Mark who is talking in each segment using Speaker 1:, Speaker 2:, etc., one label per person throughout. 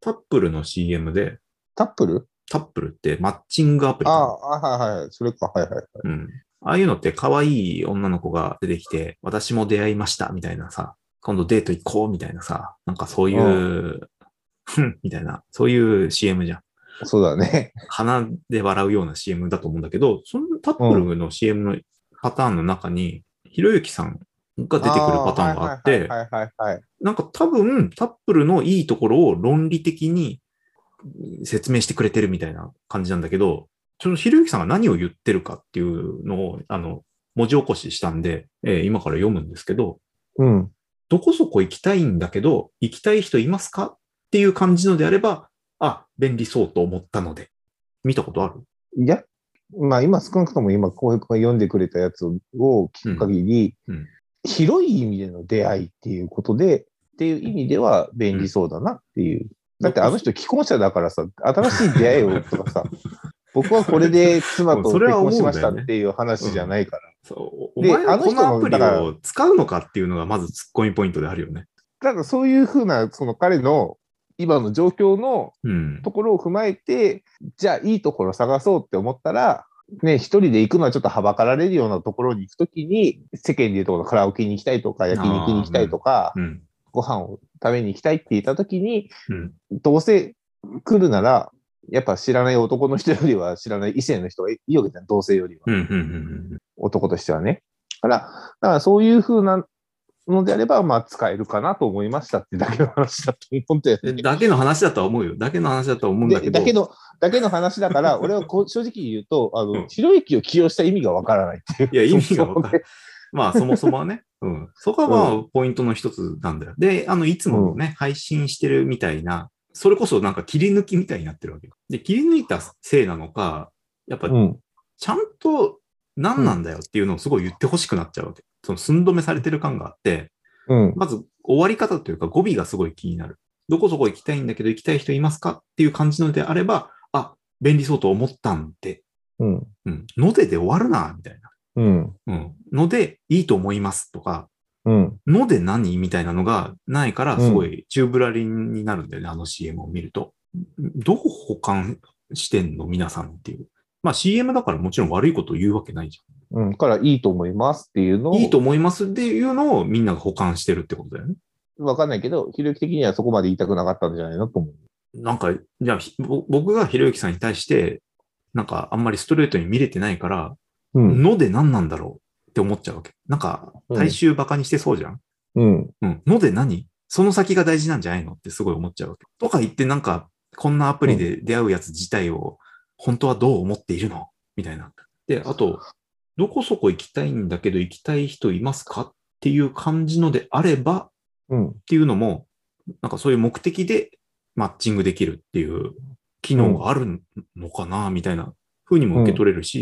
Speaker 1: タップルの CM で、
Speaker 2: タップル
Speaker 1: タップルってマッチングアプリ
Speaker 2: あ
Speaker 1: かな
Speaker 2: あ、あはいはい。それか。はいはいはい。
Speaker 1: うん。ああいうのって可愛い女の子が出てきて、私も出会いました、みたいなさ、今度デート行こう、みたいなさ、なんかそういう、ふん、みたいな、そういう CM じゃん。
Speaker 2: そうだね。
Speaker 1: 鼻で笑うような CM だと思うんだけど、そのタップルの CM のパターンの中に、ひろゆきさんが 出てくるパターンがあって、
Speaker 2: はいはいはいはい、はい。
Speaker 1: なんか多分タップルのいいところを論理的に説明してくれてるみたいな感じなんだけど、そのひろゆきさんが何を言ってるかっていうのを、あの、文字起こししたんで、えー今から読むんですけど、
Speaker 2: うん。
Speaker 1: どこそこ行きたいんだけど、行きたい人いますかっていう感じのであれば、あ、便利そうと思ったので。見たことある
Speaker 2: いや、まあ今少なくとも今、浩平君が読んでくれたやつを聞く限り、
Speaker 1: うんうん
Speaker 2: 広い意味での出会いっていうことで、っていう意味では便利そうだなっていう。だってあの人既婚者だからさ、新しい出会いをとかさ、 僕はこれで妻と
Speaker 1: それ
Speaker 2: 結
Speaker 1: は思うん
Speaker 2: 婚
Speaker 1: だ
Speaker 2: し
Speaker 1: よね
Speaker 2: ましたっていう話じゃないから。
Speaker 1: そうお
Speaker 2: で
Speaker 1: 前は
Speaker 2: あの
Speaker 1: こ
Speaker 2: 人
Speaker 1: の
Speaker 2: の
Speaker 1: アプリ
Speaker 2: だから
Speaker 1: を使うのかっていうのがまずツッコミポイントであるよね。
Speaker 2: だからそういうふうな、その彼の今の状況の
Speaker 1: うん。
Speaker 2: ところを踏まえて、じゃあいいところ探そうって思ったら、ね、一人で行くのはちょっとはばかられるようなところに行くときに、世間でいうところのカラオケに行きたいとか、焼肉に行きたいとか、
Speaker 1: うん。
Speaker 2: ご飯を食べに行きたいって言ったときに、
Speaker 1: うん。
Speaker 2: どうせ来るなら、やっぱ知らない男の人よりは知らない異性の人がいいわけじゃん、同性よりは。
Speaker 1: うん。うんうん。
Speaker 2: 男としてはね。だから、だからそういうふうなのであれば、まあ使えるかなと思いましたってだけの話だと思って。
Speaker 1: うんだけの話だとは思うよ。だけの話だとは思うんだけ
Speaker 2: で
Speaker 1: ど。
Speaker 2: だけの、だけの話だ から、俺はこう正直言うと、あ
Speaker 1: う
Speaker 2: の、
Speaker 1: ん
Speaker 2: ひろゆきを起用した意味がわからないっていう。。
Speaker 1: いや、意味がわかるまあ、そもそもはね。うん。そこはまあ、ポイントの一つなんだよ。で、あの、いつものね、配信してるみたいな、それこそなんか切り抜きみたいになってるわけよ。で、切り抜いたせいなのか、やっぱ、
Speaker 2: うん。
Speaker 1: ちゃんと何なんだよっていうのをすごい言ってほしくなっちゃうわけ。その寸止めされてる感があって、
Speaker 2: うん。
Speaker 1: まず終わり方というか語尾がすごい気になる。どこそこ行きたいんだけど行きたい人いますかっていう感じのであれば、あ、便利そうと思ったんで、
Speaker 2: うん。
Speaker 1: うん、のでで終わるな、みたいな。
Speaker 2: うん。
Speaker 1: うん、のでいいと思いますとか、
Speaker 2: うん。
Speaker 1: ので何みたいなのがないから、すごい宙ぶらりんになるんだよね、あの CM を見ると。どう保管してんの皆さんっていう。まあ CM だからもちろん悪いことを言うわけないじ
Speaker 2: うん。だから、いいと思いますっていうの
Speaker 1: ゃ
Speaker 2: を、
Speaker 1: ん。いいと思いますっていうのをみんなが保管してるってことだよね。
Speaker 2: わかんないけど、ひろゆき的にはそこまで言いたくなかったんじゃないのと思う。
Speaker 1: なんか、じゃあ、ひぼ僕がひろゆきさんに対して、なんかあんまりストレートに見れてないから、
Speaker 2: うん。
Speaker 1: ので何なんだろうって思っちゃうわけ。なんか、
Speaker 2: うん
Speaker 1: 大衆バカにしてそうじゃん、
Speaker 2: うん。
Speaker 1: うん、ので何その先が大事なんじゃないのってすごい思っちゃうわけ。とか言ってなんか、こんなアプリで出会うやつ自体を本当はどう思っているのみたいな。で、あと、どこそこ行きたいんだけど行きたい人いますかっていう感じのであれば
Speaker 2: うん。
Speaker 1: っていうのも、なんかそういう目的でマッチングできるっていう機能があるのかなみたいな風にも受け取れるし、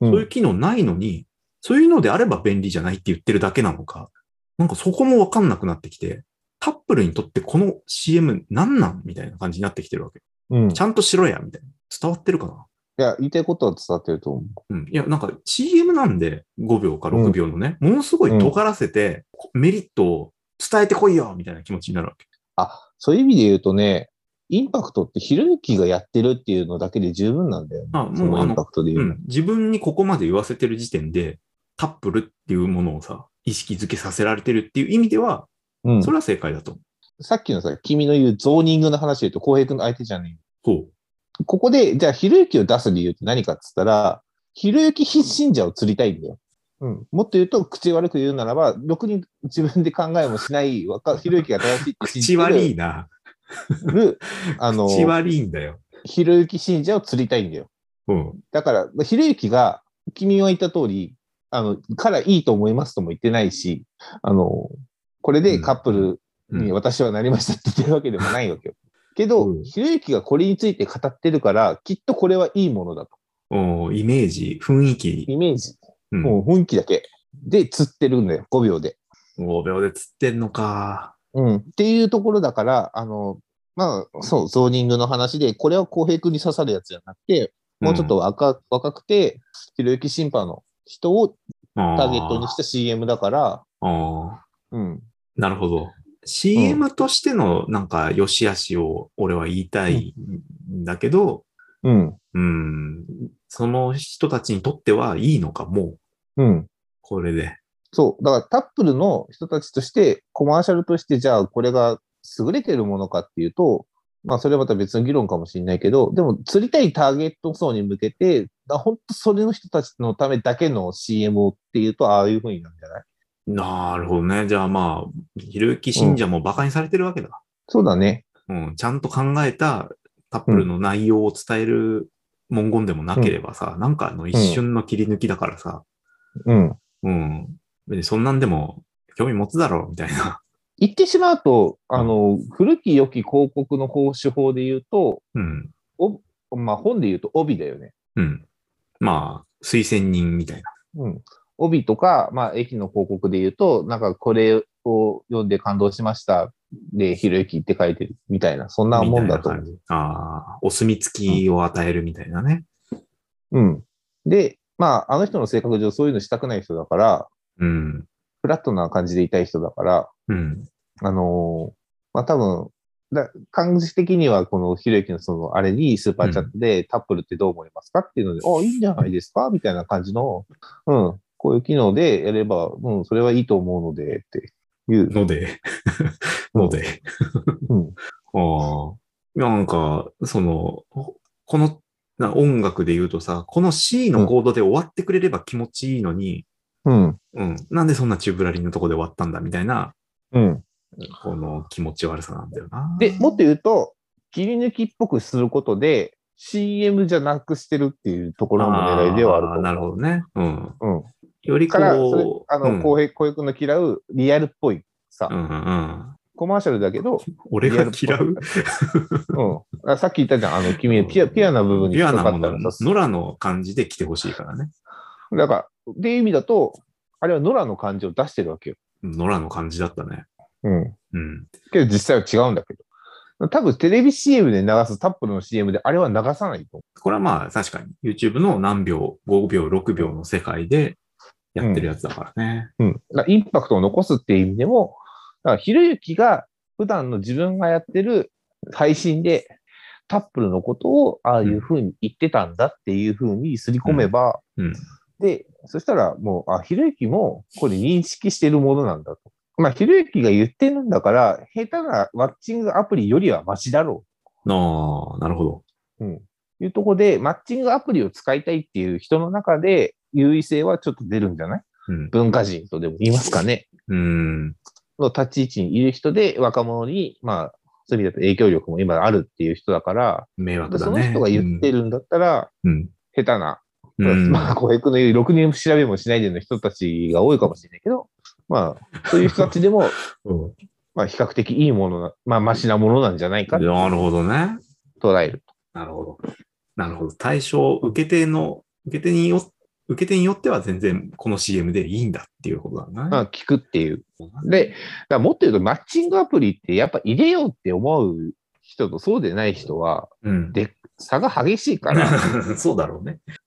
Speaker 2: うん
Speaker 1: そういう機能ないのに、そういうのであれば便利じゃないって言ってるだけなのか、なんかそこもわかんなくなってきて、タップルにとってこの CM 何なんみたいな感じになってきてるわけ。
Speaker 2: うん。い
Speaker 1: ちゃんとしろやみたいな。伝わってるかな
Speaker 2: や、言いたいことは伝わってると思
Speaker 1: うん。いや、なんか CM なんで5秒か6秒のね、ものすごい尖らせて、メリットを伝えてこいよみたいな気持ちになるわけ。
Speaker 2: う。そういう意味で言うとね、インパクトってひろゆきがやってるっていうのだけで十分なんだよね。
Speaker 1: あもう
Speaker 2: その
Speaker 1: あ
Speaker 2: イ
Speaker 1: の
Speaker 2: ンパクトで言
Speaker 1: う
Speaker 2: うの
Speaker 1: ん、自分にここまで言わせてる時点で、タップルっていうものをさ、意識づけさせられてるっていう意味では、
Speaker 2: うん
Speaker 1: それは正解だと
Speaker 2: さっきのさ、君の言うゾーニングの話で言うと、浩平君の相手じゃねえ
Speaker 1: 思う。
Speaker 2: ここで、じゃあ、ひろゆきを出す理由って何かっつったら、ひろゆき信者を釣りたいんだよ。うん、もっと言うと、口悪く言うならば、ろくに自分で考えもしない、わかひろゆきが正しいっ
Speaker 1: ほう。
Speaker 2: て
Speaker 1: 口
Speaker 2: 信
Speaker 1: 悪
Speaker 2: じ
Speaker 1: いな。
Speaker 2: てる、あの、
Speaker 1: 口悪いんだよ。
Speaker 2: ひろゆき信者を釣りたいんだよ。
Speaker 1: うん。
Speaker 2: だから、ひろゆきが、君は言った通り、あの、からいいと思いますとも言ってないし、あの、これでカップル
Speaker 1: うん
Speaker 2: に私はなりましたって言ってるわけでもないわけよ。けど
Speaker 1: う、ん
Speaker 2: ひろゆきがこれについて語ってるから、きっとこれはいいものだと。
Speaker 1: おーイメージ、雰囲気、
Speaker 2: イメージ。
Speaker 1: うん、
Speaker 2: もう本気だけ。で、釣ってるんだよ、5秒で。
Speaker 1: 5秒で釣ってんのか。
Speaker 2: うん。っていうところだから、あの、まあ、そう、ゾーニングの話で、これは浩平君に刺さるやつじゃなくて、もうちょっと若,、若くて、ひろゆき審判の人を
Speaker 1: タ
Speaker 2: ターゲットにした CM だから、
Speaker 1: あーあ
Speaker 2: うん。
Speaker 1: ーなるほど。 CM としてのなんか良し悪しを俺は言いたいんだけど、
Speaker 2: うん。
Speaker 1: うん、その人たちにとってはいいのか、もう、
Speaker 2: うん。
Speaker 1: これで。
Speaker 2: そう。だからタップルの人たちとして、コマーシャルとして、じゃあこれが優れてるものかっていうと、まあそれはまた別の議論かもしれないけど、でも釣りたいターゲット層に向けて、あ本当それの人たちのためだけの CM をっていうと、ああいう風になるんじゃない
Speaker 1: なるほどね。じゃあまあ、ひろゆき信者も馬鹿にされてるわけだ。
Speaker 2: そうだね。
Speaker 1: うん、ちゃんと考えたタップルの内容を伝える文言でもなければさ、なんかあの一瞬の切り抜きだからさ、
Speaker 2: うん。
Speaker 1: うん、別にそんなんでも興味持つだろうみたいな。
Speaker 2: 言ってしまうと、あの、古き良き広告の方手法で言うと、
Speaker 1: うん、
Speaker 2: おまあ本で言うと帯だよね。
Speaker 1: うん。まあ、推薦人みたいな。
Speaker 2: うん。帯とか、まあ、駅の広告で言うと、なんか、これを読んで感動しました。で、ひろゆきって書いてるみたいな、そんなもんだと
Speaker 1: みたいな
Speaker 2: 思
Speaker 1: 感じああ、お墨付きを与えるみたいなね。
Speaker 2: う。うん。で、まあ、あの人の性格上、そういうのしたくない人だから、
Speaker 1: うん、
Speaker 2: フラットな感じでいたい人だから、
Speaker 1: うん、
Speaker 2: あのーまあ、多分、だ感じ的には、このひろゆきのその、あれにスーパーチャットで、タップルってどう思いますかっていうので、あ、いいんじゃないですかみたいな感じの、うん、こういう機能でやれば、うん、それはいいと思うので、っていう。
Speaker 1: ので、 ので。
Speaker 2: うん。
Speaker 1: ああ。なんか、その、このな音楽で言うとさ、この C のコードで終わってくれれば気持ちいいのに、
Speaker 2: うん。
Speaker 1: うん、なんでそんなチューブラリンのとこで終わったんだみたいな、
Speaker 2: うん。
Speaker 1: この気持ち悪さなんだよな。
Speaker 2: で、もっと言うと、切り抜きっぽくすることで、CM じゃなくしてるっていうところの狙いではあると
Speaker 1: なるほどね。うん。
Speaker 2: 思う。
Speaker 1: より
Speaker 2: うん。から、それ
Speaker 1: こう、
Speaker 2: あ
Speaker 1: う
Speaker 2: の、
Speaker 1: ん
Speaker 2: 浩平、浩平君の嫌うリアルっぽいさ
Speaker 1: う、んうん。
Speaker 2: コマーシャルだ けど、
Speaker 1: 俺が嫌う
Speaker 2: うん。あさっき言ったじゃん、あの、君のピュアピュアな部分に
Speaker 1: ピュアな
Speaker 2: か
Speaker 1: も
Speaker 2: ったら
Speaker 1: の、
Speaker 2: さ、
Speaker 1: ノラの感じで来てほしいからね。
Speaker 2: だから、っていう意味だと、あれはノラの感じを出してるわけよ。
Speaker 1: ノラの感じだったね。
Speaker 2: うん。
Speaker 1: うん。
Speaker 2: けど実際は違うんだけど。多分テレビ CM で流すタップルの CM であれは流さないと思う。
Speaker 1: これはまあ確かに YouTube の何秒、5秒、6秒の世界でやってるやつだからね。
Speaker 2: うん、だからインパクトを残すっていう意味でも、だからひろゆきが普段の自分がやってる配信で、タップルのことをああいうふうに言ってたんだっていうふうにすり込めば、
Speaker 1: うんうん
Speaker 2: で、そしたらもう、あ、ひろゆきもこれ認識してるものなんだと。まあ、ひろゆきが言ってるんだから、下手なマッチングアプリよりはマシだろ
Speaker 1: ああ、なるほど。
Speaker 2: う。うん。いうとこで、マッチングアプリを使いたいっていう人の中で、優位性はちょっと出るんじゃない
Speaker 1: うん。
Speaker 2: 文化人とでも言いますかね。
Speaker 1: うん。
Speaker 2: の立ち位置にいる人で若者に、まあ、そういう意味だと影響力も今あるっていう人だから、
Speaker 1: 迷惑だね。
Speaker 2: その人が言ってるんだったら、
Speaker 1: うん。
Speaker 2: 下手な、
Speaker 1: うん。
Speaker 2: まあ、小平君の言う、6人も調べもしないでの人たちが多いかもしれないけど、まあ、そういう人たちでも、
Speaker 1: うん
Speaker 2: まあ、比較的いいものな、まあ、マシなものなんじゃないかって
Speaker 1: なるほどね。
Speaker 2: 捉える。
Speaker 1: なるほど。なるほど。対象、受け手の、受け手によ、受け手によっては全然この CM でいいんだっていうことだ
Speaker 2: ま
Speaker 1: ね。
Speaker 2: あ、聞くっていう。で、だからもっと言うと、マッチングアプリってやっぱ入れようって思う人とそうでない人は、
Speaker 1: うん。
Speaker 2: で差が激しいから、
Speaker 1: そうだろうね。